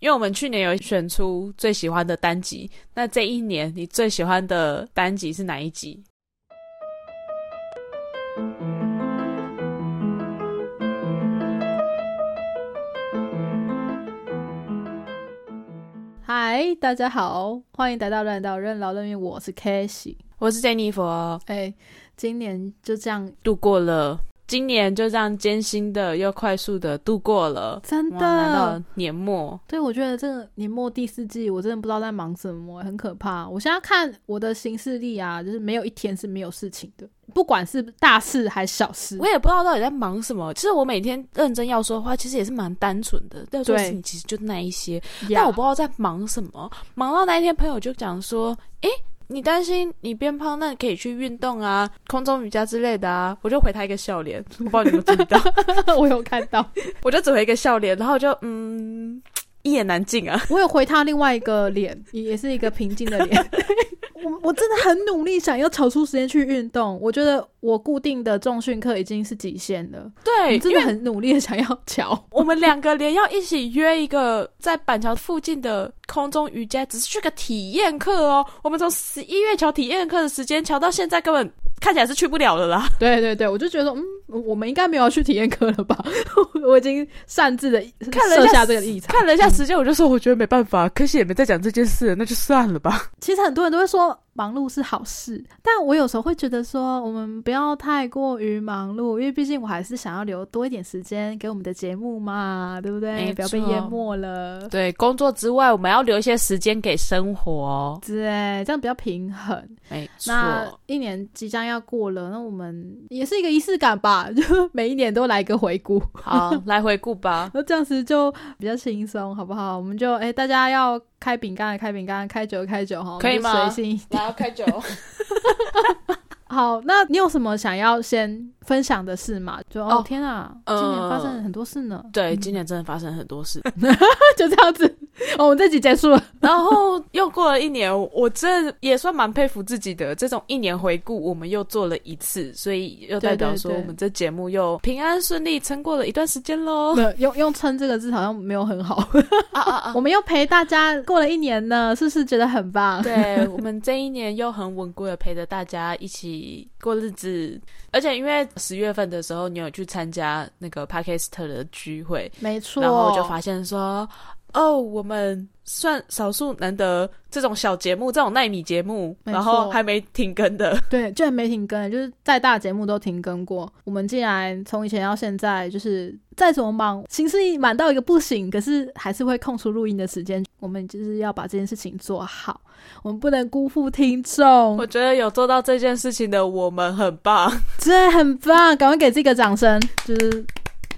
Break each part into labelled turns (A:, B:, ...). A: 因为我们去年有选出最喜欢的单集，那这一年你最喜欢的单集是哪一集？
B: 嗨，大家好，欢迎来到任导任劳任怨，我是 k a s h y
A: 我是 Jennifer，
B: 哎、今年就这样，
A: 度过了今年就这样艰辛的又快速的度过了，
B: 真
A: 哇来到
B: 的。
A: 年末，
B: 对，我觉得这个年末第四季，我真的不知道在忙什么，很可怕。我现在看我的行事历啊，就是没有一天是没有事情的，不管是大事还是小事
A: 我。也不知道到底在忙什么。其实我每天认真要说的话，其实也是蛮单纯的，要做的
B: 对
A: 事情其实就那一些。
B: 呀
A: 但我不知道在忙什么，忙到那一天朋友就讲说，诶，你担心你变胖，那你可以去运动啊，空中瑜伽之类的啊。我就回他一个笑脸，我不知道你有没有注意到，
B: 我有看到，
A: 我就只回一个笑脸，然后我就嗯，一言难尽啊。
B: 我有回他另外一个脸，也也是一个平静的脸。 我我真的很努力，想要抽出时间去运动。我觉得我固定的重训课已经是极限了，
A: 对，
B: 你真
A: 因
B: 的
A: 为
B: 很努力的想要瞧。
A: 我们两个连要一起约一个在板桥附近的空中瑜伽，只是去个体验课哦。我们从十一月瞧体验课的时间瞧到现在，根本看起来是去不了了啦。
B: 对对对，我就觉得说，嗯，我我们应该没有要去体验课了吧？ 我已经擅自的
A: 看了一
B: 设
A: 下
B: 下这个立场。嗯
A: 看了一下时间，我就说我觉得没办法，可惜也没再讲这件事，那就算了吧。
B: 其实很多人都会说忙碌是好事，但我有时候会觉得说，我们不要太过于忙碌，因为毕竟我还是想要留多一点时间给我们的节目嘛，对不
A: 没
B: 对？不要被
A: 错
B: 淹 没了。
A: 对，工作之外，我们要留一些时间给生活。哦
B: 对，这样比较平衡。
A: 没错，
B: 那一年即将要过了，那我们也是一个仪式感吧，就每一年都来一个回顾。
A: 好，来回顾吧。
B: 那这样子就比较轻松，好不好？我们就哎、大家要开饼干的开饼干，开酒的开酒哈，
A: 可以吗
B: 我们就随性一
A: 来，要开酒。
B: 好，那你有什么想要先分享的事吗？就哦
A: 哦
B: 天啊，今
A: 呃
B: 年发生了很多事呢。
A: 对，
B: 嗯
A: 今年真的发生很多事，
B: 就这样子。 哦，我们这集结束了。
A: 然后又过了一年，我真的也算蛮佩服自己的。这种一年回顾，我们又做了一次，所以又代表说
B: 对对对
A: 我们这节目又平安顺利撑过了一段时间 喽。
B: 没有用用“撑”这个字好像没有很好。
A: 啊啊啊！
B: 我们又陪大家过了一年呢，是不是觉得很棒？
A: 对我们这一年又很稳固的陪着大家一起过日子，而且因为十月份的时候，你有去参加那个 Parkester 的聚会，
B: 没错。
A: 然后就发现说，哦，我们算少数难得这种小节目，这种耐米节目，
B: 没错嗯
A: 然后还没停更的，
B: 对，居然没停更，就是再大节目都停更过。我们竟然从以前到现在，就是再怎么忙，形式一满到一个不行，可是还是会空出录音的时间。我们就是要把这件事情做好，我们不能辜负听众
A: 我。觉得有做到这件事情的我们很棒。
B: 真的很棒，赶快给自己一个掌声！就是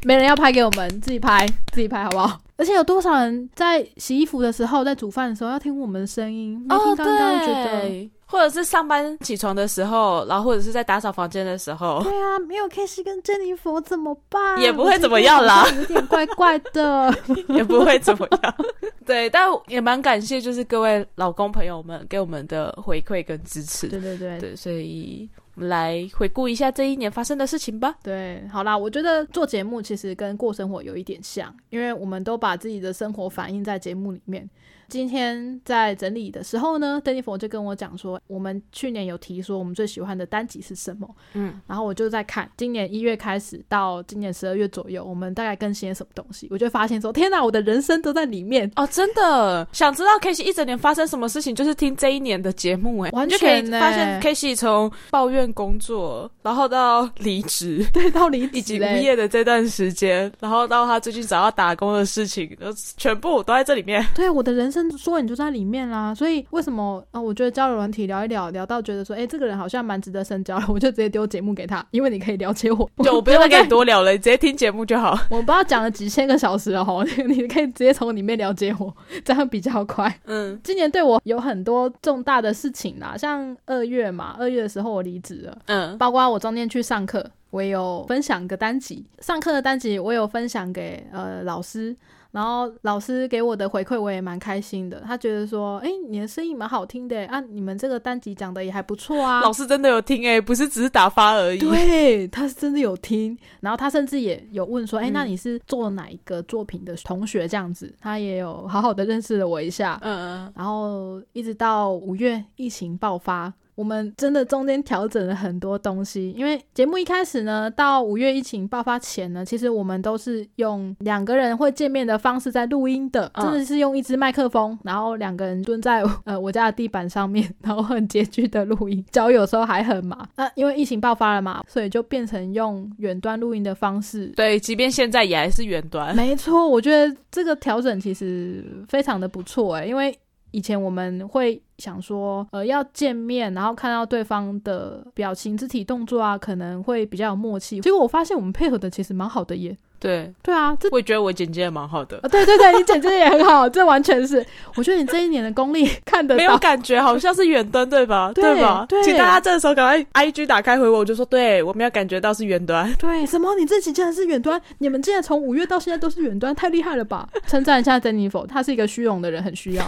B: 没人要拍给我们，自己拍，自己拍好不好？而且有多少人在洗衣服的时候，在煮饭的时候要听我们的声音？没听到应该会觉得。
A: 哦对，或者是上班起床的时候，然后或者是在打扫房间的时候，
B: 对啊，没有 K 是跟珍妮佛怎么办？
A: 哦也不会怎么样啦
B: 我觉得有点怪怪 的。
A: 也不会怎么样。 对，但也蛮感谢，就是各位老公朋友们给我们的回馈跟支持。
B: 对对对
A: 对，所以我们来回顾一下这一年发生的事情吧。
B: 对，好啦，我觉得做节目其实跟过生活有一点像，因为我们都把自己的生活反映在节目里面。今天在整理的时候呢，珍妮佛就跟我讲说，我们去年有提说我们最喜欢的单集是什么，
A: 嗯，
B: 然后我就在看今年一月开始到今年十二月左右，我们大概更新了什么东西，我就发现说，天哪，我的人生都在 里面，
A: 哦，真的，想知道 K 西一整年发生什么事情，就是听这一年的节目、哎，
B: 完
A: 你就可以
B: 全欸呢
A: 发现 K 西从抱怨工作，然后到离 职。
B: 对，到离
A: 以及
B: 职
A: 无
B: 嘞。
A: 业的这段时间，然后到他最近找到打工的事情，都全部都在这里面。
B: 对，我的人生说你就在里面啦，所以为什么啊、我觉得交流软体聊一聊，聊到觉得说，哎，这个人好像蛮值得深交的，我就直接丢节目给他，因为你可以了解 我。
A: 就我不用再跟你多聊了，你直接听节目就好。
B: 我不知道讲了几千个小时了 哈，你可以直接从里面了解我，这样比较快。
A: 嗯，
B: 今年对我有很多重大的事情啦，像二月嘛，二月的时候我离职了，
A: 嗯，
B: 包括我中间去上课，我也有分享个单集，上课的单集我有分享给呃老师，然后老师给我的回馈我也蛮开心的，他觉得说，哎，你的声音蛮好听的，啊，你们这个单集讲的也还不错 啊。
A: 老师真的有听诶、不是只是打发而已。
B: 对，他是真的有听，然后他甚至也有问说，
A: 嗯
B: 哎、那你是做哪一个作品的同学这样子？他也有好好的认识了我一下，
A: 嗯，
B: 然后一直到五月疫情爆发，我们真的中间调整了很多东西。因为节目一开始呢，到五月疫情爆发前呢，其实我们都是用两个人会见面的方式在录音的，
A: 嗯
B: 真的是用一支麦克风，然后两个人蹲在呃我家的地板上面，然后很拮据的录音，脚有时候还很麻。那、因为疫情爆发了嘛，所以就变成用远端录音的方式。
A: 对，即便现在也还是远 端。
B: 没错，我觉得这个调整其实非常的不错诶，因为以前我们会想说，呃，要见面，然后看到对方的表情、肢体动作啊，可能会比较有默契。结果我发现我们配合的其实蛮好的耶。
A: 对，
B: 对啊，这
A: 我也觉得我简介得蛮好的，
B: 啊对对对，你简直也很好，这完全是，我觉得你这一年的功力看得
A: 没有
B: 到。
A: 感觉，好像是远端对吧？
B: 对
A: 吧？
B: 对
A: 请大家这个时候赶快 I G 打开回我，我就说对，我们要感觉到是远端。
B: 对，什么？你这期竟然是远端？你们竟然从五月到现在都是远端，太厉害了吧！ 称赞一下 Jennifer，她是一个虚荣的人，很需要。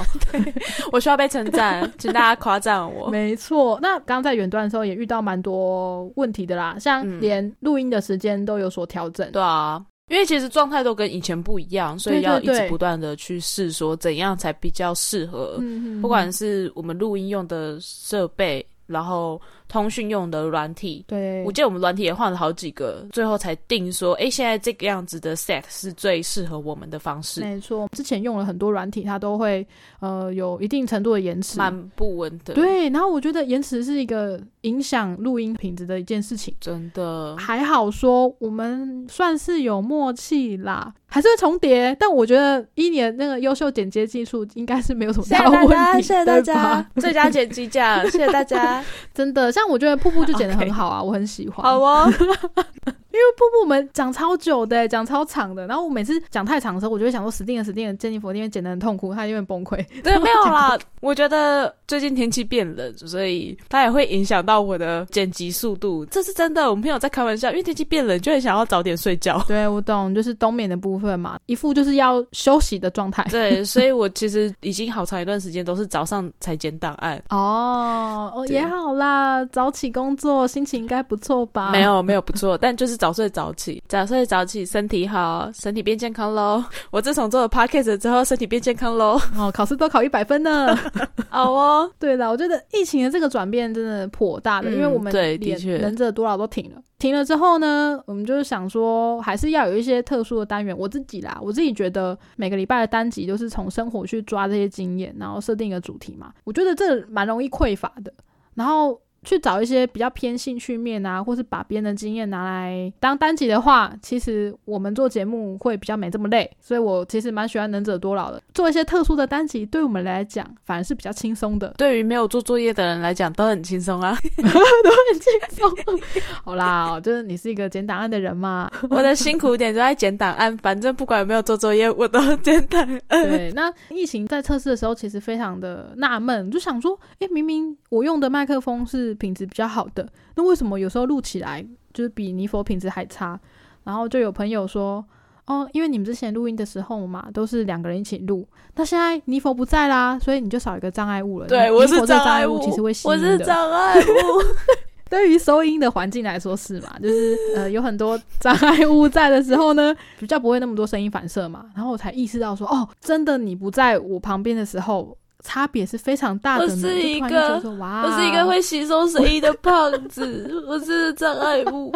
A: 我需要被称 赞，请大家夸赞我。
B: 没错，那刚刚在远端的时候也遇到蛮多问题的啦，像
A: 嗯
B: 连录音的时间都有所调整。
A: 对啊。因为其实状态都跟以前不一样，所以
B: 对对
A: 要一直
B: 对
A: 不断的去试，说怎样才比较适合
B: 嗯，嗯
A: 不管是我们录音用的设备，然后通讯用的软体，
B: 嗯对
A: 我，记得我们软体也换了好几个，最后才定说，诶，现在这个样子的 set 是最适合我们的方式，
B: 没错，之前用了很多软体，它都会呃有一定程度的延迟。
A: 蛮不稳的，，
B: 对，然后我觉得延迟是一个影响录音品质的一件事情。
A: 真的，
B: 还好说，我们算是有默契啦，还是会重叠。但我觉得一年那个优秀剪接技术应该是没有什么大问题，对吧，
A: 最佳剪辑 奖，谢谢大家，
B: 真的，像我觉得瀑布就剪得很
A: OK
B: 好啊我很喜欢。
A: 好哦，
B: 瀑布我们讲超久的，讲超长的，然后我每次讲太长的时候，我就会想说死定了，死定了，珍妮佛那边剪得很痛苦，她有点崩溃。
A: 对，没有啦，我觉得最近天气变冷，所以它也会影响到我的剪辑速度，这是真的，我们朋友在开玩笑，因为天气变冷，就很想要早点睡 觉。
B: 对，我懂，就是冬眠的部分嘛，一副就是要休息的状态。
A: 对，所以我其实已经好长一段时间都是早上才剪档案，
B: 哦，哦
A: 对
B: 也好啦，早起工作，心情应该不错吧？
A: 没，有没有不错，但就是早睡早起，早睡早起，身体好，身体变健康喽。我自从做了 podcast 之后，身体变健康喽。
B: 哦，考试都考一百 分呢。
A: 好哦，
B: 对啦，我觉得疫情的这个转变真的颇大的，
A: 嗯
B: 因为我们
A: 对的
B: 连
A: 确
B: 忍者多劳都停了，停了之后呢，我们就是想说，还是要有一些特殊的单元。我自己啦，我自己觉得每个礼拜的单集都是从生活去抓这些经验，然后设定一个主题嘛，我觉得这蛮容易匮乏的。然后去找一些比较偏兴趣面啊，或是把别人的经验拿来当单集的话，其实我们做节目会比较没这么累，所以我其实蛮喜欢能者多劳的。做一些特殊的单集，对我们来讲反而是比较轻松的，
A: 对于没有做作业的人来讲，都很轻松啊。
B: 都很轻松。好啦，就是你是一个剪档案的人嘛，
A: 我的辛苦点就在剪档案，反正不管有没有做作业，我都剪档案。
B: 对，那疫情在测试的时候，其实非常的纳闷，就想说，诶，明明我用的麦克风是品质比较好的，那为什么有时候录起来就是比尼佛品质还差？然后就有朋友说，哦，因为你们之前录音的时候嘛，都是两个人一起录，那现在尼佛不在啦，所以你就少一个障碍物了。
A: 对，
B: 尼
A: 我
B: 尼
A: 是
B: 佛这个
A: 障
B: 障
A: 碍
B: 碍
A: 物，
B: 其实会 吸
A: 我
B: 引
A: 是
B: 的。
A: 障碍物。
B: 对于收音的环境来说是 嘛，就是呃有很多障碍物在的时候呢，比较不会那么多声音反射嘛。然后我才意识到说，哦，真的你不在我旁边的时候，差别是非常大的呢。
A: 我是一
B: 就
A: 个
B: 突然就觉得说哇，
A: 我是一个会吸收声音的胖子， 我是障碍物。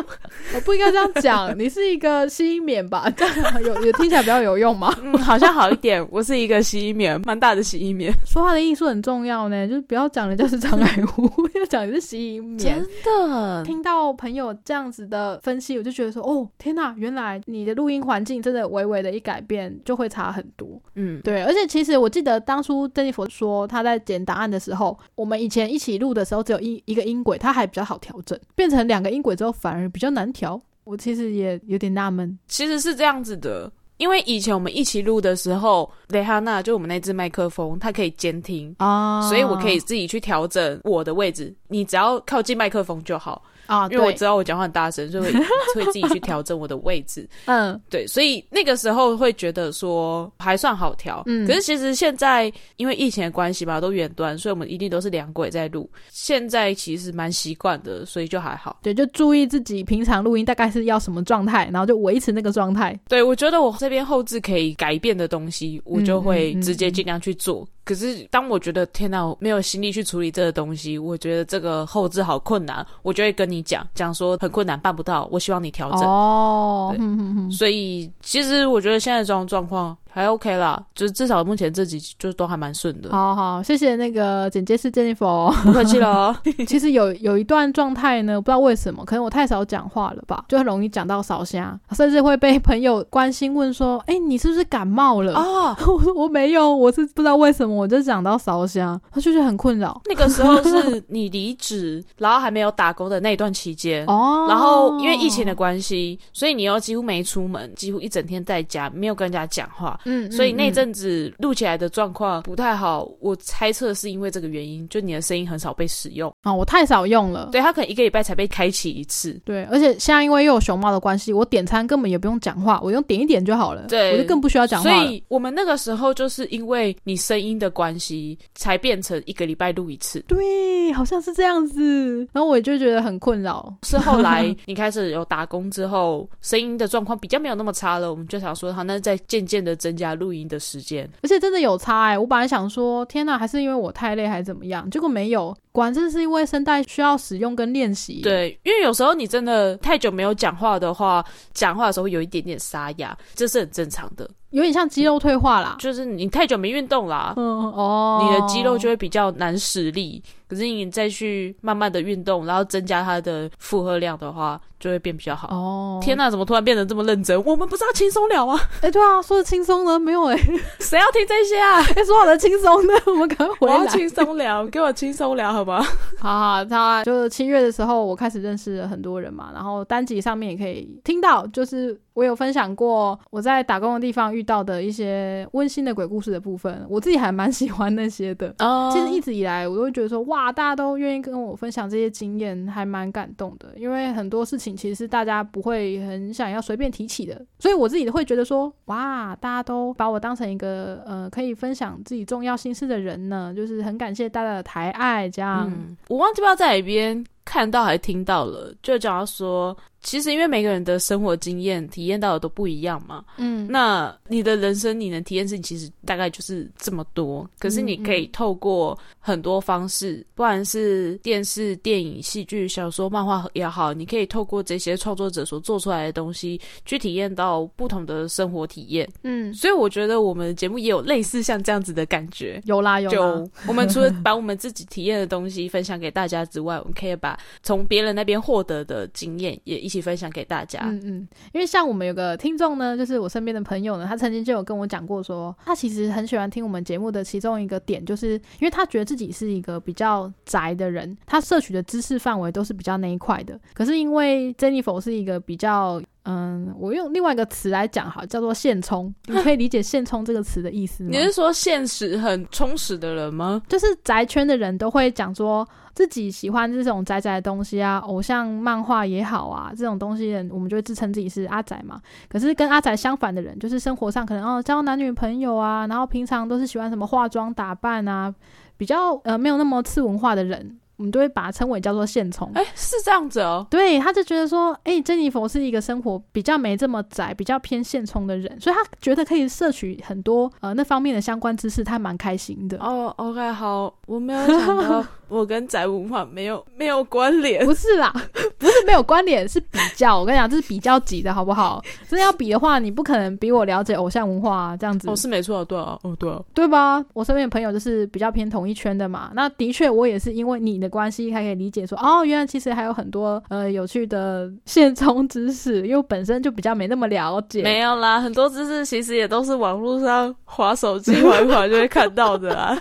B: 我不应该这样讲，你是一个吸音棉吧？ 这样有有听起来比较有用嘛？
A: 嗯，好像好一点。我是一个洗衣棉，蛮大的洗衣 棉，
B: 说话的艺术很重要呢，就是不要讲人家是障碍物， 要讲你是吸音棉。
A: 的。
B: 听到朋友这样子的分析，我就觉得说，哦，天呐，原来你的录音环境真的微微的一改变，就会差很多。
A: 嗯，
B: 对，而且其实我记得当初珍妮佛说她在剪档案的时候，我们以前一起录的时候只有一一个音轨，它还比较好调整，变成两个音轨之后反而比较难调。我其实也有点纳闷，
A: 其实是这样子的，因为以前我们一起录的时候，蕾哈娜就我们那只麦克风，它可以监听。
B: 啊
A: 所以我可以自己去调整我的位置，你只要靠近麦克风就好。
B: 啊，
A: 因为我
B: 对
A: 知道我讲话很大声，所以会会自己去调整我的位置。
B: 嗯
A: 对，所以那个时候会觉得说还算好调。
B: 嗯
A: 可是其实现在因为疫情的关系吧，都远端，所以我们一定都是两轨在录。现在其实蛮习惯的，所以就还好。
B: 对，就注意自己平常录音大概是要什么状态，然后就维持那个状态。
A: 对，我觉得我这边后置可以改变的东西，我就会
B: 嗯嗯嗯
A: 直接尽量去做。可是当我觉得天哪，我没有心力去处理这个东西，我觉得这个后置好困难，我就会跟你讲，讲说很困难，办不到，我希望你调整。
B: 哦，
A: 对
B: 嗯嗯嗯，
A: 所以其实我觉得现在这种状况还 OK 啦，就是至少目前这几集就都还蛮顺的。
B: 好好，谢谢那个剪接师 Jennifer。
A: 不客气了 哦，
B: 其实有有一段状态呢，不知道为什么，可能我太少讲话了吧，就很容易讲到烧虾，甚至会被朋友关心问说：“哎、你是不是感冒了？”
A: 哦，
B: 我说 我没有，我是不知道为什么我就讲到烧虾，他就是很困扰
A: 那个时候是你离职，然后还没有打工的那一段期间。
B: 哦。嗯
A: 然后因为疫情的关系，所以你又几乎没出门，几乎一整天在家，没有跟人家讲话，
B: 嗯，嗯，
A: 所以那
B: 嗯
A: 阵子录起来的状况不太好。我猜测是因为这个原因，就你的声音很少被使用，
B: 啊、我太少用了。
A: 对，它可能一个礼拜才被开启一次。
B: 对，而且现在因为又有熊猫的关系，我点餐根本也不用讲话，我用点一点就好了，
A: 对
B: 我就更不需要讲话
A: 所
B: 了。
A: 以我们那个时候就是因为你声音的关系，才变成一个礼拜录一次。
B: 对，好像是这样子，然后我就觉得很困扰。
A: 是后 来你开始有打工之后，声音的状况比较没有那么差了，我们就想说，好，那再渐渐的增加录音的时间。
B: 而且真的有差哎、我本来想说，天哪，还是因为我太累还是怎么样，结果没有，果然真的是因为声带需要使用跟练习。，
A: 对，因为有时候你真的太久没有讲话的话，讲话的时候会有一点点沙哑，这是很正常的。
B: 有点像肌肉退化啦。
A: 就是你太久没运动啦，
B: 嗯哦，
A: 你的肌肉就会比较难使力。可是你再去慢慢的运动，然后增加它的负荷量的话，就会变比较好。
B: 哦，
A: 天
B: 哪，
A: 呐，怎么突然变得这么认真？我们不是要轻松 聊啊？
B: 哎、对啊，说的轻松了没有、欸？哎、
A: 谁要听这些 啊？
B: 说好的轻松呢，我们赶快
A: 我
B: 回
A: 要
B: 来。
A: 轻松聊，给我轻松聊好吗？
B: 好好，他就是七月的时候，我开始认识了很多人嘛，然后单集上面也可以听到，就是我有分享过我在打工的地方遇到的一些温馨的鬼故事的部分，我自己还蛮喜欢那些的。
A: 哦
B: 其实一直以来，我都会觉得说，哇，大家都愿意跟我分享这些经验，还蛮感动的。因为很多事情其实是大家不会很想要随便提起的，所以我自己会觉得说，哇，大家都把我当成一个呃可以分享自己重要心事的人呢，就是很感谢大家的抬爱，这样。
A: 嗯，我忘记不知道在哪边看到还听到了，就讲到说，其实因为每个人的生活经验体验到的都不一样嘛，
B: 嗯
A: 那你的人生你能体验的事情其实大概就是这么多，可是你可以透过很多方式，不管是电视、电影、戏剧、小说、漫画也好，你可以透过这些创作者所做出来的东西，去体验到不同的生活体验。
B: 嗯，
A: 所以我觉得我们节目也有类似像这样子的感觉。
B: 有啦有啦
A: 就，我们除了把我们自己体验的东西分享给大家之外，我们可以把从别人那边获得的经验也一起分享给大家。
B: 嗯嗯，因为像我们有个听众呢，就是我身边的朋友呢，他曾经就有跟我讲过说，他其实很喜欢听我们节目的其中一个点，就是因为他觉得自己是一个比较宅的人，他摄取的知识范围都是比较那一块的。可是因为 Jennifer 是一个比较。嗯，我用另外一个词来讲好，叫做现充。你可以理解“现充”这个词的意思吗？
A: 你是说现实很充实的人吗？
B: 就是宅圈的人都会讲说自己喜欢这种宅宅的东西啊，偶像漫画也好啊，这种东西人我们就会自称自己是阿宅嘛。可是跟阿宅相反的人，就是生活上可能哦交男女朋友啊，然后平常都是喜欢什么化妆打扮啊，比较呃没有那么次文化的人，我们都会把它称为叫做现充。
A: 哎、是这样子哦。
B: 对，他就觉得说，哎、珍妮佛是一个生活比较没这么窄、比较偏现充的人，所以他觉得可以摄取很多呃那方面的相关知识，他蛮开心的。
A: 哦、o k 好，我没有想到 我跟宅文化没有没有关联。
B: 不是啦，不是没有关联，是比较。我跟你讲，这是比较级的好不好？真的要比的话，你不可能比我了解偶像文化、啊、这样子，
A: 哦，是没错，对啊，哦，对啊，
B: 对吧？我身边的朋友就是比较偏同一圈的嘛。那的确，我也是因为你的关系，才可以理解说，哦，原来其实还有很多呃有趣的现充知识，因为我本身就比较没那么了解。
A: 没有 啦，很多知识其实也都是网络上划手机玩一玩就会看到的啊。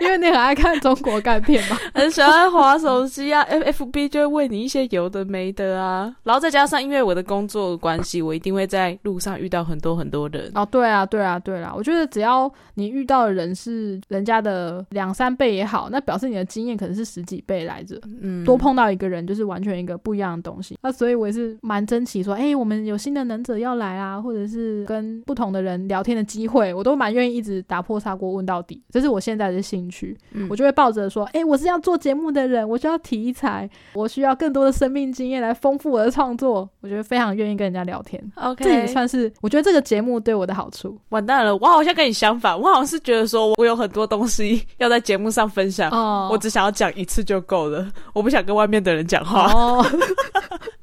B: 因为你很爱看中国干片 嘛。
A: 很喜欢滑手机啊，F F B 就会问你一些有的没的啊，然后再加上因为我的工作关系，我一定会在路上遇到很多很多人。
B: 哦，对啊，对啊，对啦，我觉得只要你遇到的人是人家的两三倍也好，那表示你的经验可能是十几倍来着。
A: 嗯，
B: 多碰到一个人就是完全一个不一样的东西。那所以我也是蛮珍惜说，哎、我们有新的能者要来啊，或者是跟不同的人聊天的机会，我都蛮愿意一直打破砂锅问到底，这是我现在的兴趣。
A: 嗯
B: 我就会抱着说，哎、我是要做节目的人，我需要题材，我需要更多的生命经验来丰富我的创作。我觉得非常愿意跟人家聊天。
A: OK，
B: 这也算是我觉得这个节目对我的好处
A: 完蛋了，我好像跟你相反，我好像是觉得说我有很多东西要在节目上分享，
B: 哦
A: 我只想要讲一次就够了，我不想跟外面的人讲话。
B: 哦，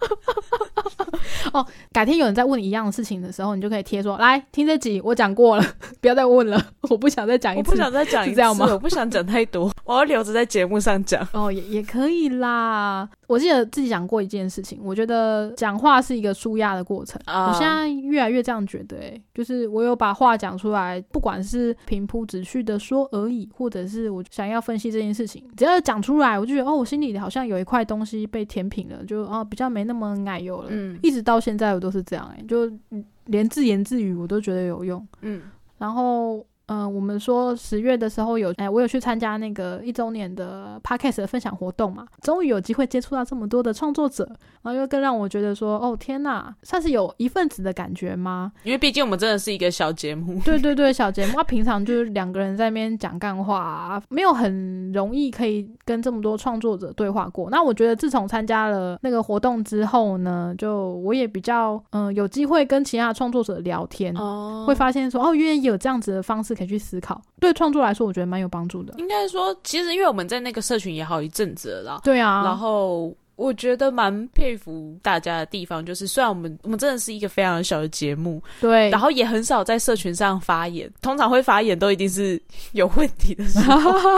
B: 哦，改天有人在问你一样的事情的时候，你就可以贴说：“来听这集，我讲过了， 不要再问了，我不想再讲一
A: 我
B: 次
A: 不。想再讲一
B: 是
A: 次，
B: 这样吗
A: 我不想讲太 多，我要留着在节目上讲。”
B: 哦，也也可以啦。我记得自己讲过一件事情，我觉得讲话是一个舒压的过程。
A: 啊
B: 我现在越来越这样觉得、欸，就是我有把话讲出来，不管是平铺直叙的说而已，或者是我想要分析这件事情，只要讲出来，我就觉得哦，我心里好像有一块东西被填平了，就哦比较没那么奶油了。
A: 嗯
B: 一直到现在我都是这样、欸，就嗯连自言自语我都觉得有用。
A: 嗯
B: 然后，嗯、我们说十月的时候有，哎，我有去参加那个一周年的 podcast 的分享活动嘛，终于有机会接触到这么多的创作者，然后又更让我觉得说，哦，天呐，算是有一份子的感觉吗？
A: 因为毕竟我们真的是一个小节目，
B: 对对对，小节目，啊、平常就是两个人在那边讲干话、啊，没有很容易可以跟这么多创作者对话过。那我觉得自从参加了那个活动之后呢，就我也比较嗯、呃有机会跟其他的创作者聊天。
A: 哦
B: 会发现说哦，原来有这样子的方式可以去思考，对创作来说，我觉得蛮有帮助的。
A: 应该说，其实因为我们在那个社群也好一阵子了啦，
B: 对啊，
A: 然后我觉得蛮佩服大家的地方，就是虽然我们我们真的是一个非常小的节目，
B: 对，
A: 然后也很少在社群上发言，通常会发言都一定是有问题的时候。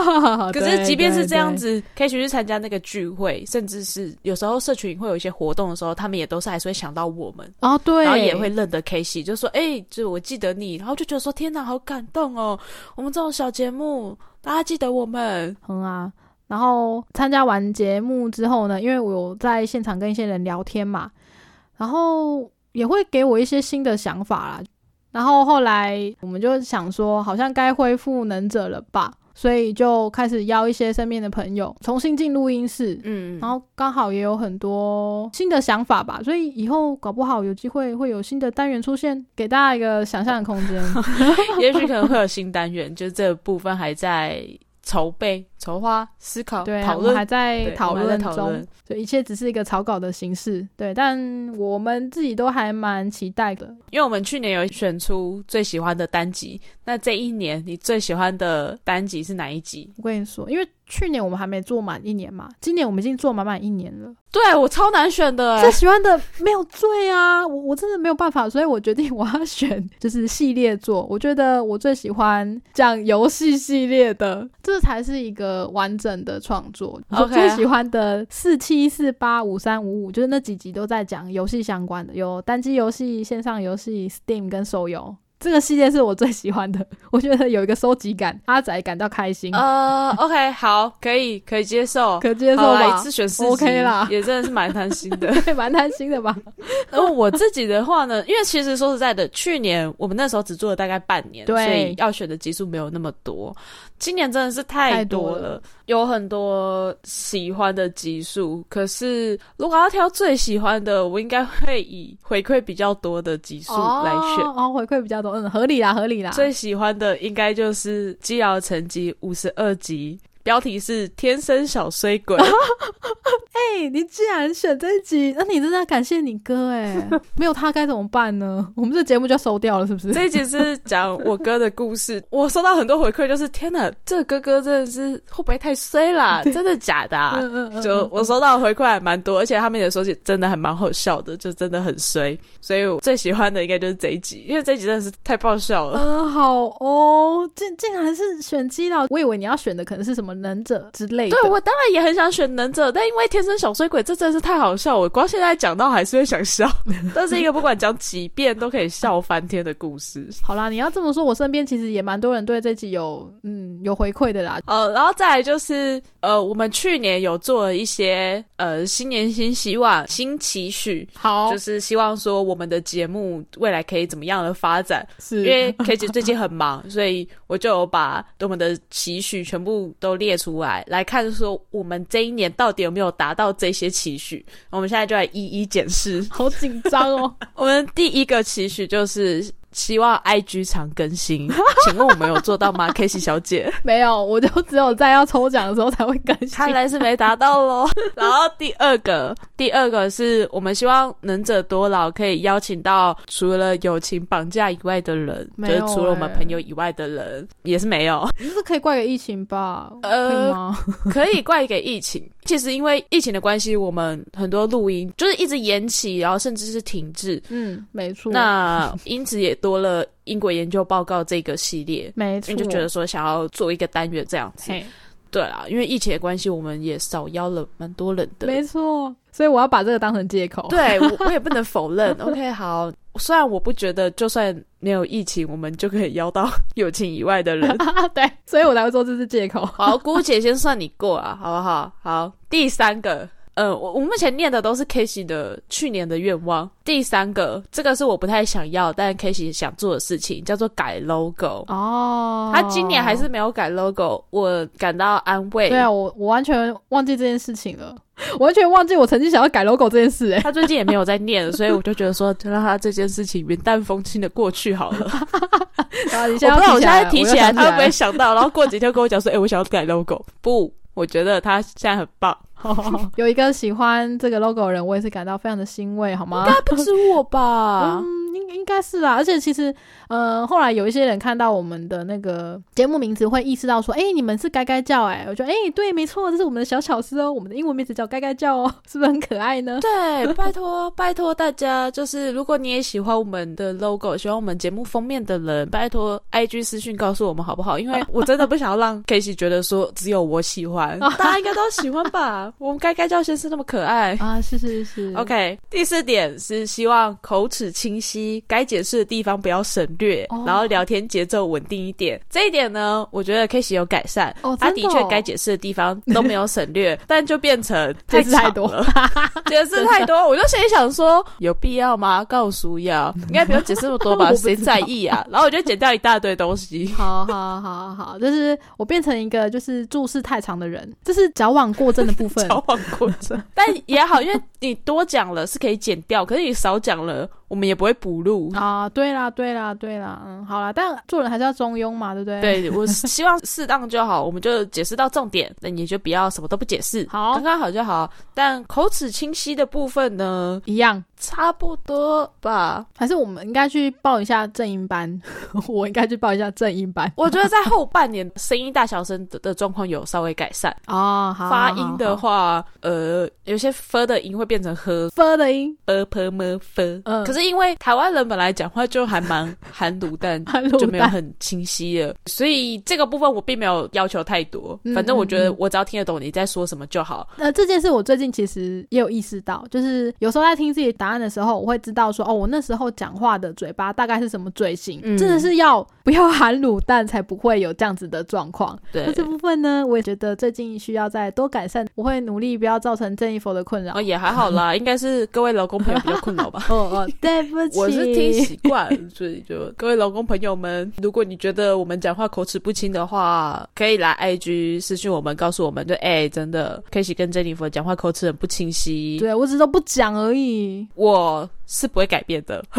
A: 可是，即便是这样
B: 哦对，
A: 子，K 群去参加那个聚会，甚至是有时候社群会有一些活动的时候，他们也都是还是会想到我们，
B: 对哦，对，
A: 然后也会认得 K 系，就说：“哎、就我记得你。”然后就觉得说：“天哪，好感动哦！我们这种小节目，大家记得我们。
B: 嗯啊。然后参加完节目之后呢，因为我有在现场跟一些人聊天嘛，然后也会给我一些新的想法啦。然后后来我们就想说，好像该恢复能者了吧，所以就开始邀一些身边的朋友重新进录音室，”
A: 嗯，
B: 然后刚好也有很多新的想法吧，所以以后搞不好有机会会有新的单元出现，给大家一个想象的空间。
A: 也许可能会有新单元，就是这部分还在筹备、筹划、思考、
B: 对啊，
A: 讨
B: 我们
A: 论
B: 还。在
A: 对
B: 讨
A: 我们还在
B: 论
A: 讨
B: 中
A: 论，
B: 所以一切只是一个草稿的形式。对，但我们自己都还蛮期待的。
A: 因为我们去年有选出最喜欢的单集，那这一年你最喜欢的单集是哪一集？
B: 我跟你说，因为去年我们还没做满一年嘛，今年我们已经做满满一年了。
A: 对我超难选的
B: 最
A: 欸，
B: 喜欢的没有罪啊，我我真的没有办法，所以我决定我要选就是系列作。 我觉得我最喜欢讲游戏系列的，这才是一个完整的创作。我
A: OK 啊
B: 最喜欢的四七四八五三五五，就是那几集都在讲游戏相关的，有单机游戏、线上游戏、Steam 跟手游。这个系列是我最喜欢的， 我觉得有一个收集感，阿仔感到开心，
A: 呃，OK，好，可以，可以接受，
B: 可接受
A: 好啦
B: 吧
A: 一次？选四集
B: OK 啦
A: 也真的是蛮贪心 的。
B: 对，蛮贪心的吧？
A: 然后我自己的话呢，因为其实说实在的，去年我们那时候只做了大概半年，
B: 对
A: 所以要选的集数没有那么多。今年真的是太
B: 太多
A: 了，
B: 了
A: 有很多喜欢的集数。可是如果要挑最喜欢的，我应该会以回馈比较多的集 数来选。
B: 哦，哦回馈比较多，嗯，合理啦，合理啦。
A: 最喜欢的应该就是《基瑶成集》五十二集，标题是“天生小衰 鬼”。
B: 哎、你既然选这一集，那你真的要感谢你哥 哎、没有他该怎么办呢？我们这节目就要收掉了，是不是？
A: 这一集是讲我哥的故事，我收到很多回馈，就是天哪，这个哥哥真的是会不会太衰 啦？真的假的、啊？
B: 嗯嗯嗯
A: 就我收到的回馈还蛮多，而且他们也说起真的还蛮好笑的，就真的很衰。所以我最喜欢的应该就是这一集，因为这一集真的是太爆笑了。
B: 嗯、好哦，竟竟然是选基佬，我以为你要选的可能是什么能者之类的。
A: 对，我当然也很想选能者，但因为天生小衰鬼这真的是太好笑，我光现在讲到还是会想笑。 但是一个不管讲几遍都可以笑翻天的故事。
B: 好啦，你要这么说，我身边其实也蛮多人对这集有嗯有回馈的啦。
A: 呃，然后再来就是，呃，我们去年有做了一些呃新年新希望、新期许，
B: 好
A: 就，是希望说我们的节目未来可以怎么样的发展。
B: 是
A: 因为 K 姐最近很忙，所以我就有把我们的期许全部都列出来，来看说我们这一年到底有没有达到这些期许。我们现在就来一一检 视。
B: 好紧张哦。
A: 我们第一个期许就是。希望 IG 常更新，请问我们有做到 吗？K 西小姐，
B: 没有，我就只有在要抽奖的时候才会更新。
A: 看来是没达到喽。 然后第二个，第二个是我们希望能者多劳可以邀请到除了友情绑架以外的人，
B: 没
A: 就是
B: 有
A: 除了我们
B: 欸
A: 朋友以外的人，也是没有。
B: 这是可以怪给疫情吧？
A: 呃
B: 可以吗？
A: 可以怪给疫情。其实因为疫情的关系，我们很多录音就是一直延期，然后甚至是停滞。
B: 嗯，没错。
A: 那因此也多了英国研究报告这个系列，
B: 没错，
A: 因为就觉得说想要做一个单元这样子。
B: 嘿，
A: 对啦，因为疫情的关系，我们也少邀了蛮多人的。
B: 没错，所以我要把这个当成借口。
A: 对我我也不能否认。OK，好， 虽然我不觉得，就算没有疫情，我们就可以邀到友情以外的人。
B: 对，所以我才会说这是借口。
A: 好，姑且先算你过啊，好不好？好，第三个，呃，我我目前念的都是 k a s e y 的去年的愿望。第三个，这个是我不太想要，但 k a s e y 想做的事情，叫做改 logo。
B: 哦，
A: 他今年还是没有改 logo，我感到安慰。
B: 对啊，我我完全忘记这件事情了， 我完全忘记我曾经想要改 logo 这件 事、欸。哎，
A: 他最近也没有在念了，所以我就觉得说，就让他这件事情云淡风轻的过去好 了。
B: 然后你
A: 我不知道我现在提
B: 起
A: 起来，
B: 来，我又想
A: 他会不会
B: 来
A: 想到？然后过几天跟我讲说，哎、我想要改 logo。不，我觉得他现在很 棒。
B: 有一个喜欢这个 logo 的人，我也是感到非常的欣慰，好吗？
A: 不止我吧？
B: 嗯，应应该是啦、而且其实，呃，后来有一些人看到我们的那个节目名字，会意识到说，哎、你们是该该叫哎、我觉得，哎、对，没错，这是我们的小巧思哦，我们的英文名字叫该该叫哦，是不是很可爱 呢？
A: 对，拜托拜托大家，就是如果你也喜欢我们的 logo，喜欢我们节目封面的人，拜托 IG 私讯告诉我们好不好？ 因为我真的不想要让 k a s e y 觉得说只有我喜欢，大家应该都喜欢 吧？我们该该叫先生那么可爱。
B: 啊，是是是
A: OK，第四点是希望口齿清晰，该解释的地方不要省略，
B: 哦
A: 然后聊天节奏稳定一点。这一点呢，我觉得 k a s e y 有改善，
B: 哦，
A: 他
B: 真
A: 的
B: 哦
A: 确该解释的地方都没有省 略，但就变成
B: 解释
A: 长
B: 太多
A: 了，解释太多，我就心里想说，有必要吗？告诉要，应该不用解释那么多
B: 我
A: 吧？
B: 不知道
A: 谁在意啊？然后我就剪掉一大堆东 西。
B: 好好好好，就是我变成一个就是注视太长的人，这是矫枉过正的 部分。
A: 交往过程，但也好，因为你多讲了是可以剪掉，可是你少讲了，我们也不会补录。
B: 啊，对啦，对啦，对啦，嗯，好啦，但做人还是要中庸嘛，对不对？，
A: 对我希望适当就好，我们就解释到重点，那你就不要什么都不解释，
B: 好
A: 刚刚好就好。但口齿清晰的部分呢，
B: 一样。
A: 差不多吧。
B: 还是我们应该去报一下正音班， 我应该去报一下正音班
A: 我觉得在后半年声音大小声的的状况有稍微改善。
B: 哦。好，
A: 发音的
B: 好
A: 话，呃，有些 f 的音会变成 h
B: ，f 的音，
A: 呃 p m f，
B: 嗯
A: 可是因为台湾人本来讲话就还蛮 含卤蛋。
B: 很卤
A: 就没有
B: 蛋
A: 很清晰了，所以这个部分我并没有要求太多
B: 嗯，
A: 反正我觉得
B: 嗯嗯
A: 我只要听得懂你在说什么就好。
B: 呃，这件事我最近其实也有意识到，就是有时候在听自己答案的时候，我会知道说，哦，我那时候讲话的嘴巴大概是什么嘴型，
A: 嗯
B: 真的是要不要含卤蛋才不会有这样子的状况。
A: 对
B: 那，这部分呢，我也觉得最近需要再多改善，我会努力不要造成正义佛的困扰。
A: 哦也还好啦，应该是各位劳工朋友比较困扰吧。
B: 哦哦，对不 起，
A: 我是听习惯，所以就各位老公朋友们，如果你觉得我们讲话口齿不清的话，可以来 IG 私讯我们，告诉我们，就哎、真的 k a s e y 跟 Jennifer 讲话口齿很不清晰，
B: 对我只是都不讲而已，
A: 我是不会改变的，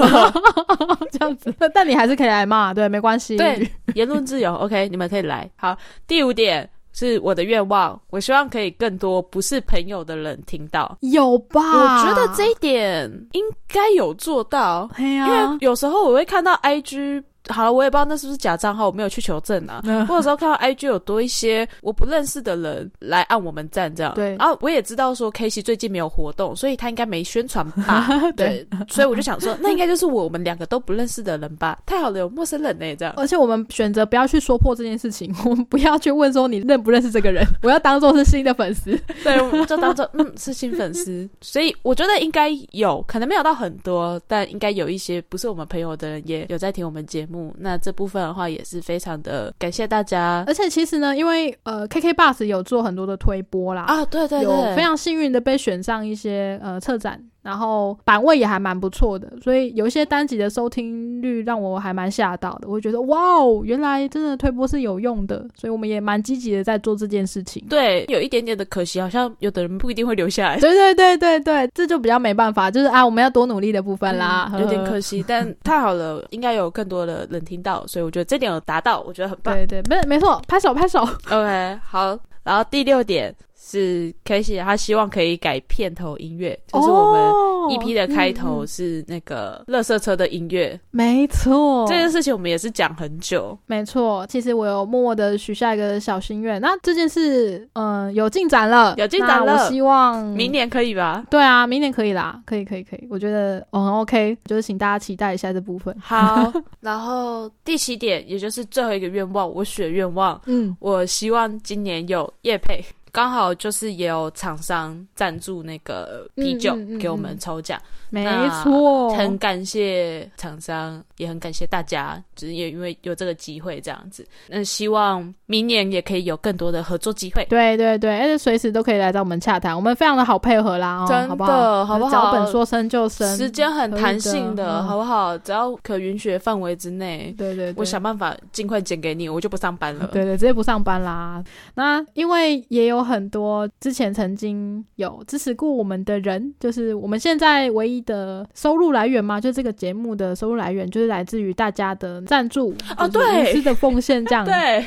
B: 这样子。 但你还是可以来骂，对，没关系。
A: 对，言论自由，OK，你们可以来。好，第五点。是我的愿望，我希望可以更多不是朋友的人听到。
B: 有吧？
A: 我觉得这一点应该有做到，
B: 嘿呀、
A: 因为有时候我会看到 IG，好了，我也不知道那是不是假账号，我没有去求证啊。
B: 嗯
A: 我有时候看到 IG 有多一些我不认识的人来按我们赞这样，
B: 对
A: 然后我也知道说 K C 最近没有活动，所以他应该没宣传 吧？对，所以我就想说，那应该就是我们两个都不认识的人 吧？太好了，有陌生人呢、欸这样。
B: 而且我们选择不要去说破这件事情， 我们不要去问说你认不认识这个人，我要当做是新的粉丝。
A: 对，我们就当做 嗯是新粉丝，所以我觉得应该有可能没有到很多，但应该有一些不是我们朋友的人也有在听我们节目。那这部分的话也是非常的感谢大家
B: 而且其实呢，因为呃，KK Bus 有做很多的推播啦，
A: 啊，对对
B: 有
A: 对，
B: 非常幸运的被选上一些呃策展，然后版位也还蛮不错的，所以有一些单集的收听率让我还蛮吓到的，我觉得哇哦，原来真的推播是有用的，所以我们也蛮积极的在做这件事情。
A: 对，有一点点的可惜，好像有的人不一定会留下来。
B: 对对对对对，这就比较没办法，就是啊，我们要多努力的部分啦，
A: 嗯有点可
B: 惜。
A: 惜，但太好了，应该有更多的人听到，所以我觉得这点有达到，我觉得很棒。
B: 对对，没没错，拍手拍手。
A: OK，好， 然后第六点是 k a 他希望可以改片头音乐，就是我们
B: 哦
A: EP 的开头
B: 嗯嗯
A: 是那个垃圾车的音乐，
B: 没错，
A: 这件事情我们也是讲很久。
B: 没错，其实我有默默的许下一个小心愿。那这件事，嗯、有进展了，
A: 有进展了
B: 那我希望
A: 明。年可以吧？
B: 对啊，明年可以啦，可以，可以，可以，我觉得哦很 OK，就是请大家期待一下这部 分。
A: 好，然后第七点，也就是最后一个愿望，我许的愿望，
B: 嗯，
A: 我希望今年有夜配，刚好就是也有厂商赞助那个啤酒
B: 嗯嗯嗯哦
A: 给我们抽奖，
B: 没错，
A: 很感谢厂商，也很感谢大家，就是也因为有这个机会这样子。那希望明年也可以有更多的合作机会。
B: 对对对，而且随时都可以来找我们洽谈，我们非常的好配合啦，哦、
A: 真的
B: 好不好？
A: 好不好
B: 脚本说生就生，
A: 时间很弹性
B: 可以的
A: 的，
B: 嗯
A: 好不好？只要可允许的范围之内，
B: 对对对，
A: 我想办法尽快剪给你，我就不上 班了。
B: 对对，直接不上班啦。那因为也有很多之前曾经有支持过我们的人，就是我们现在唯一的收入来源嘛，就这个节目的收入来源，就是来自于大家的赞助
A: 哦
B: 就是
A: 对
B: 无私的奉献这 样。
A: 对，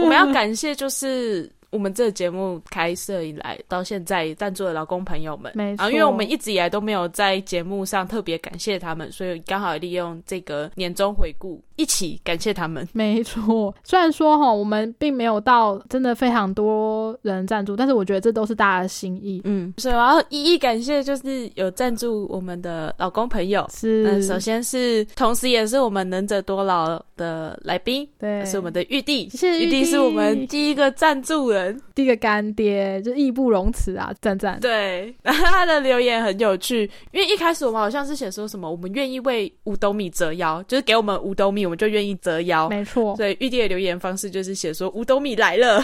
A: 我们要感谢就是我们这个节目开设以来到现在赞助的劳工朋友们。
B: 没
A: 啊，
B: 错
A: 因为我们一直以来都没有在节目上特别感谢他们，所以刚好利用这个年终回顾一起感谢他们。
B: 没错，虽然说哈，我们并没有到真的非常多人赞助，但是我觉得这都是大家的心意。
A: 嗯，所以我要一一感谢，就是有赞助我们的老公朋友。嗯，
B: 是，
A: 首先是，同时也是我们能者多劳的来宾，
B: 对，
A: 是我们的玉帝，
B: 谢谢
A: 玉
B: 玉帝
A: 是我们第一个赞助人。
B: 第一个干爹，就义不容辞啊，赞赞。
A: 对，然后他的留言很有趣，因为一开始我们好像是写说什么，我们愿意为五斗米折腰，就是给我们五斗米，我们就愿意折腰。
B: 没错，
A: 所以玉帝的留言方式就是写说五斗米来 了，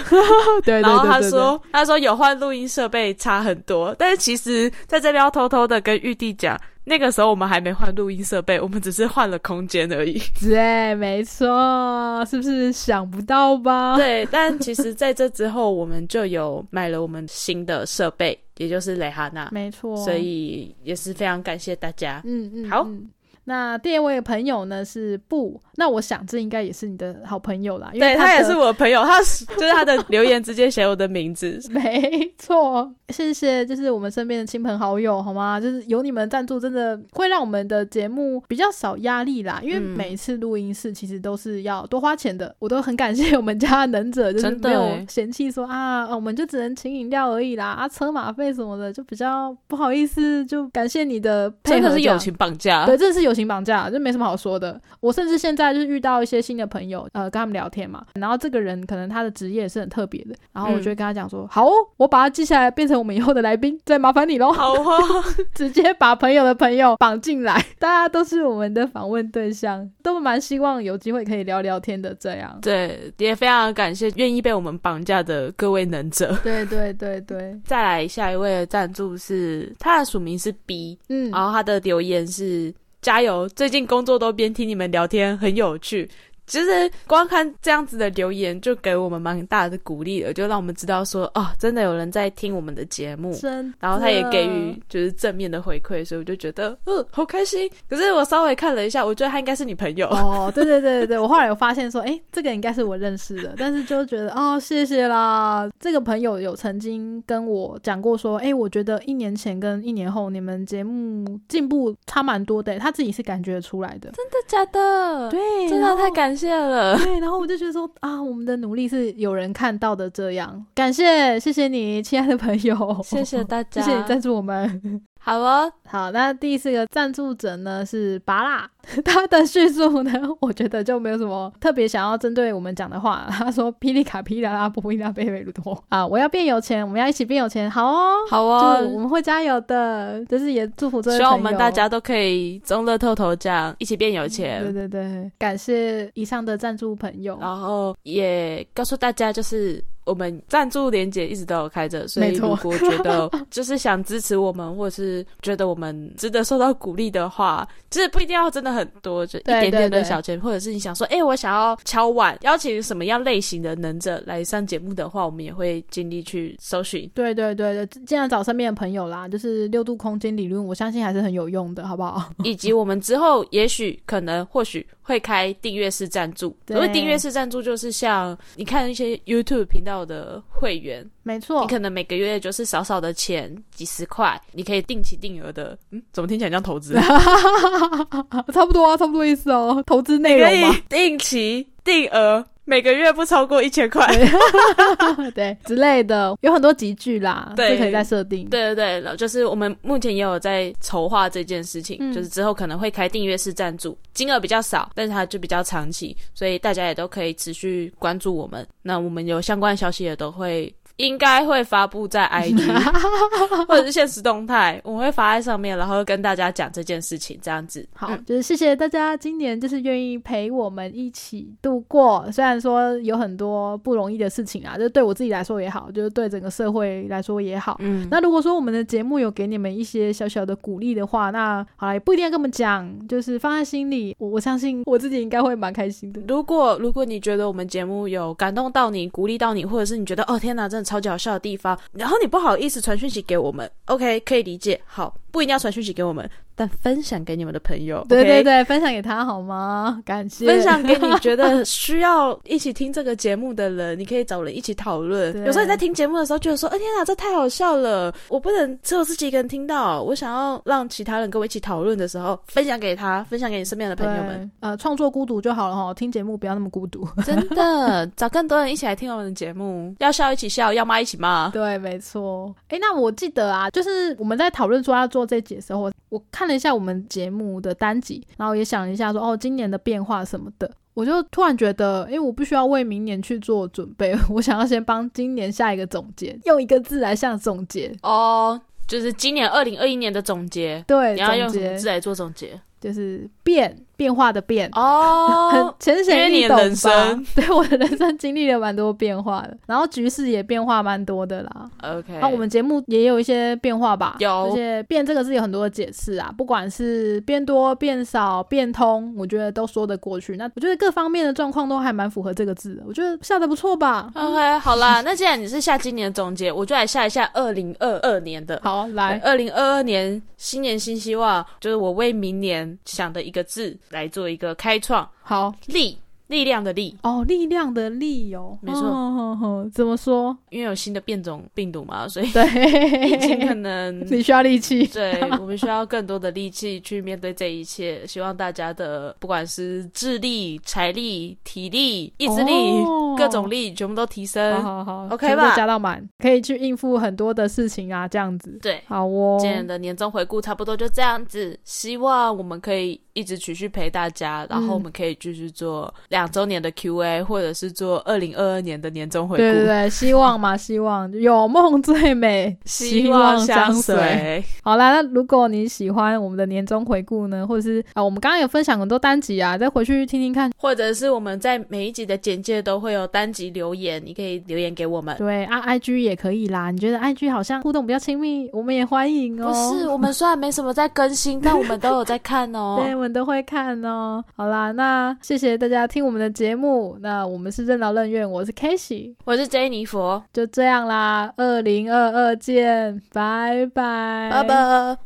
B: 对对对
A: 然后他
B: 对对
A: 说他说有换录音设备差很多，但是其实在这边要偷偷的跟玉帝讲，那个时候我们还没换录音设备，我们只是换了空间而已。
B: 对，没错，是不是想不到吧？
A: 对，但其实在这之后，我们就有买了我们新的设备，也就是蕾哈娜，
B: 没错，
A: 所以也是非常感谢大家。
B: 嗯嗯，
A: 好
B: 嗯那第二位朋友呢是布，那我想这应该也是你的好朋友啦，因为
A: 对他也
B: 的。
A: 是我朋友， 他是就是他的留言直接写我的名字
B: 没错，谢谢，就是我们身边的亲朋好友，好吗？就是有你们赞助，真的会让我们的节目比较少压力啦。因为
A: 嗯
B: 每一次录音室其实都是要多花钱的，我都很感谢我们家的能者，就是
A: 真的
B: 没有
A: 欸
B: 嫌弃说啊，啊我们就只能请饮料而已啦，啊，车马费什么的就比较不好意思，就感谢你的配
A: 真
B: 合，
A: 的是友。情绑架，
B: 对，这是友情绑架，这没什么好说的。我甚至现在就是遇到一些新的朋友，呃，跟他们聊天嘛，然后这个人可能他的职业是很特别的，然后我
A: 嗯
B: 就会跟他讲说，好哦，我把他记下来，变成我们以后的来宾，再麻烦你喽，
A: 好哦，
B: 直接把朋友的朋友绑进来，大家都是我们的访问对象，都蛮希望有机会可以聊聊天的这样。
A: 对，也非常感谢愿意被我们绑架的各位能者。
B: 对对对对，
A: 再来下一位的赞助是他的署名是 B，
B: 嗯，
A: 然后他的留言是加油，最近工作都边听你们聊天，很有趣。其实光看这样子的留言，就给我们蛮大的鼓励了，就让我们知道说，哦，真的有人在听我们的节目，
B: 真的，
A: 然后他也给予就是正面的回馈，所以我就觉得嗯好开心。可是我稍微看了一下，我觉得他应该是你朋友。
B: 哦，对对对对对，我后来有发现说，哎，这个应该是我认识的，但是就觉得哦，谢谢啦。这个朋友有曾经跟我讲过说，哎，我觉得一年前跟一年后你们节目进步差蛮多的，他自己是感觉出来的。
A: 真的假 的？
B: 对，
A: 真
B: 然
A: 的
B: 后
A: 太感谢了。
B: 对，然后我就觉得说啊，我们的努力是有人看到的，这样感谢谢谢你，亲爱的朋友，
A: 谢谢大家，
B: 谢谢你赞助我们。
A: 好哦，
B: 好，那第四个赞助者呢是拔蜡，他的叙述呢，我觉得就没有什么特别想要针对我们讲的话。他说：“霹雳卡霹雳拉拉波伊拉贝贝鲁多啊，我要变有钱，我们要一起变有钱，好哦，
A: 好
B: 就是
A: 哦，
B: 我们会加油的。”就是也祝福这位
A: 希望我
B: 朋
A: 们
B: 友嗯
A: 大家都可以中乐透头奖，一起变有钱。哦
B: 对对对，感谢以上的赞助朋友。
A: 然后也告诉大家，就是我们赞助连接一直都有开着，所以
B: 没错
A: 如果觉 得就是想支持我们，或者是觉得我们值得受到鼓励的话，就是不一定要真的很多，就一
B: 对
A: 点点
B: 对
A: 的
B: 对
A: 小钱，或者是你想说，哎、我想要敲碗，邀请什么样类型的能者来上节目的话，我们也会尽力去搜寻。
B: 对对对对，尽量找身边的朋友啦，就是六度空间理论，我相信还是很有用的，好不好？
A: 以及我们之后也许可能或许会开订阅式赞助，
B: 对
A: 所谓订阅式赞助就是像你看一些 YouTube 频道的会员，
B: 没错
A: 你，可能每个月就是少少的钱几十块，你可以定期定额的，嗯，怎么听起来像投资？
B: 差不多啊，差不多意思哦。投资内
A: 可
B: 容
A: 以
B: 嘛，
A: 定期定额，每个月不超过一千块。
B: 对之类的，有很多集句啦，
A: 对
B: 就可以再设定。
A: 对对对，然后就是我们目前也有在筹划这件事情，
B: 嗯
A: 就是之后可能会开订阅式赞助，金额比较少，但是它就比较长期，所以大家也都可以持续关注我们。那我们有相关的消息也都会。应该会发布在 IG 或者是现实动态，我们会发在上面，然后跟大家讲这件事情，这样子。
B: 好，
A: 嗯
B: 就是谢谢大家今年就是愿意陪我们一起度过。虽然说有很多不容易的事情啊，就对我自己来说也好，就是对整个社会来说也好。
A: 嗯，
B: 那如果说我们的节目有给你们一些小小的鼓励的话，那好了，也不一定要跟我们讲，就是放在心里。我我相信我自己应该会蛮开心的。
A: 如果如果你觉得我们节目有感动到你、鼓励到你，或者是你觉得哦天哪，真的超级好笑的地方，然后你不好意思传讯息给我们，OK，可以理解。好，不一定要传讯息给我们，但分享给你们的朋友，
B: 对
A: OK？
B: 对对分享给他好吗？感谢
A: 分享给你觉得需要一起听这个节目的人，你可以找人一起讨论
B: 对。
A: 有时候你在听节目的时候，觉得说：“哎、天哪，这太好笑了！我不能只有自己一个人听到，我想要让其他人跟我一起讨论的时候，分享给他，分享给你身边的朋友们。
B: 对呃，创作孤独就好了哈，听节目不要那么孤独。
A: 真的，找更多人一起来听我们的节目，要笑一起笑，要骂一起骂。
B: 对，没错。哎，那我记得啊，就是我们在讨论说要做这集的时候，我我看了一下我们节目的单集，然后也想了一下说，哦，今年的变化什么的。我就突然觉得，哎，我不需要为明年去做准备， 我想要先帮今年下一个总结，用一个字来下总结。
A: 哦，就是今年二零二一年的总结，
B: 对，
A: 你要用
B: 总
A: 什么字
B: 结
A: 来做总结？
B: 就是变变化的变。很
A: 哦，
B: 浅
A: 因为
B: 显
A: 你
B: 易
A: 的
B: 懂
A: 人
B: 吧
A: 生？
B: 对，我的人生经历了蛮多变化的，然后局势也变化蛮多的啦。
A: OK，
B: 那、我们节目也有一些变化吧？
A: 有
B: 而且变这个字有很多的解释啊，不管是变多、变少、变通，我觉得都说得过去。那我觉得各方面的状况都还蛮符合这个字的，我觉得下的不 错吧？
A: OK 好啦。那既然你是下今年的总结，我就来下一下二零二二年的。
B: 好，来，
A: 二零二二年新年新希望，就是我为明年想的一个字来做一个开创，
B: 好
A: 力力量的力，
B: 哦，力量的力哦，
A: 没错
B: 哦哦哦怎么说？
A: 因为有新的变种病毒嘛， 所以疫情可
B: 对，
A: 能
B: 你需要 力气。
A: 对，我们需要更多的力气去面对这一切。希望大家的不管是智力、财力、体力、意志力、
B: 哦
A: 各种力，全部都提
B: 好
A: 升。
B: 好好
A: OK
B: 全部
A: 吧
B: 加到满，可以去应付很多的事情啊，这样子。
A: 对，
B: 好哦，
A: 今年的年终回顾差不多就这样子。希望我们可以一直持续陪大家，然后我们可以继续做两周年的 Q&A，或者是做二零二二年的年终回顾。
B: 对对对，希望 嘛，希望有梦最美，
A: 希
B: 望
A: 望相
B: 随。
A: 随。
B: 好啦，那如果你喜欢我们的年终回顾呢，或者是啊，我们刚刚有分享很多单集啊，再回去听听 看。
A: 或者是我们在每一集的简介都会有单集留言，你可以留言给我们。
B: 对啊，IG 也可以啦。你觉得 IG 好像互动比较亲密，我们也欢迎哦。
A: 不是，我们虽然没什么在更新，但我们都有在看哦。
B: 对，我们都会看哦。好啦，那谢谢大家听我们的节目。那我们是任劳任怨，我是 k a s e y
A: 我是 Jenny 佛，
B: 就这样啦，二零二二见，拜拜，
A: 拜拜。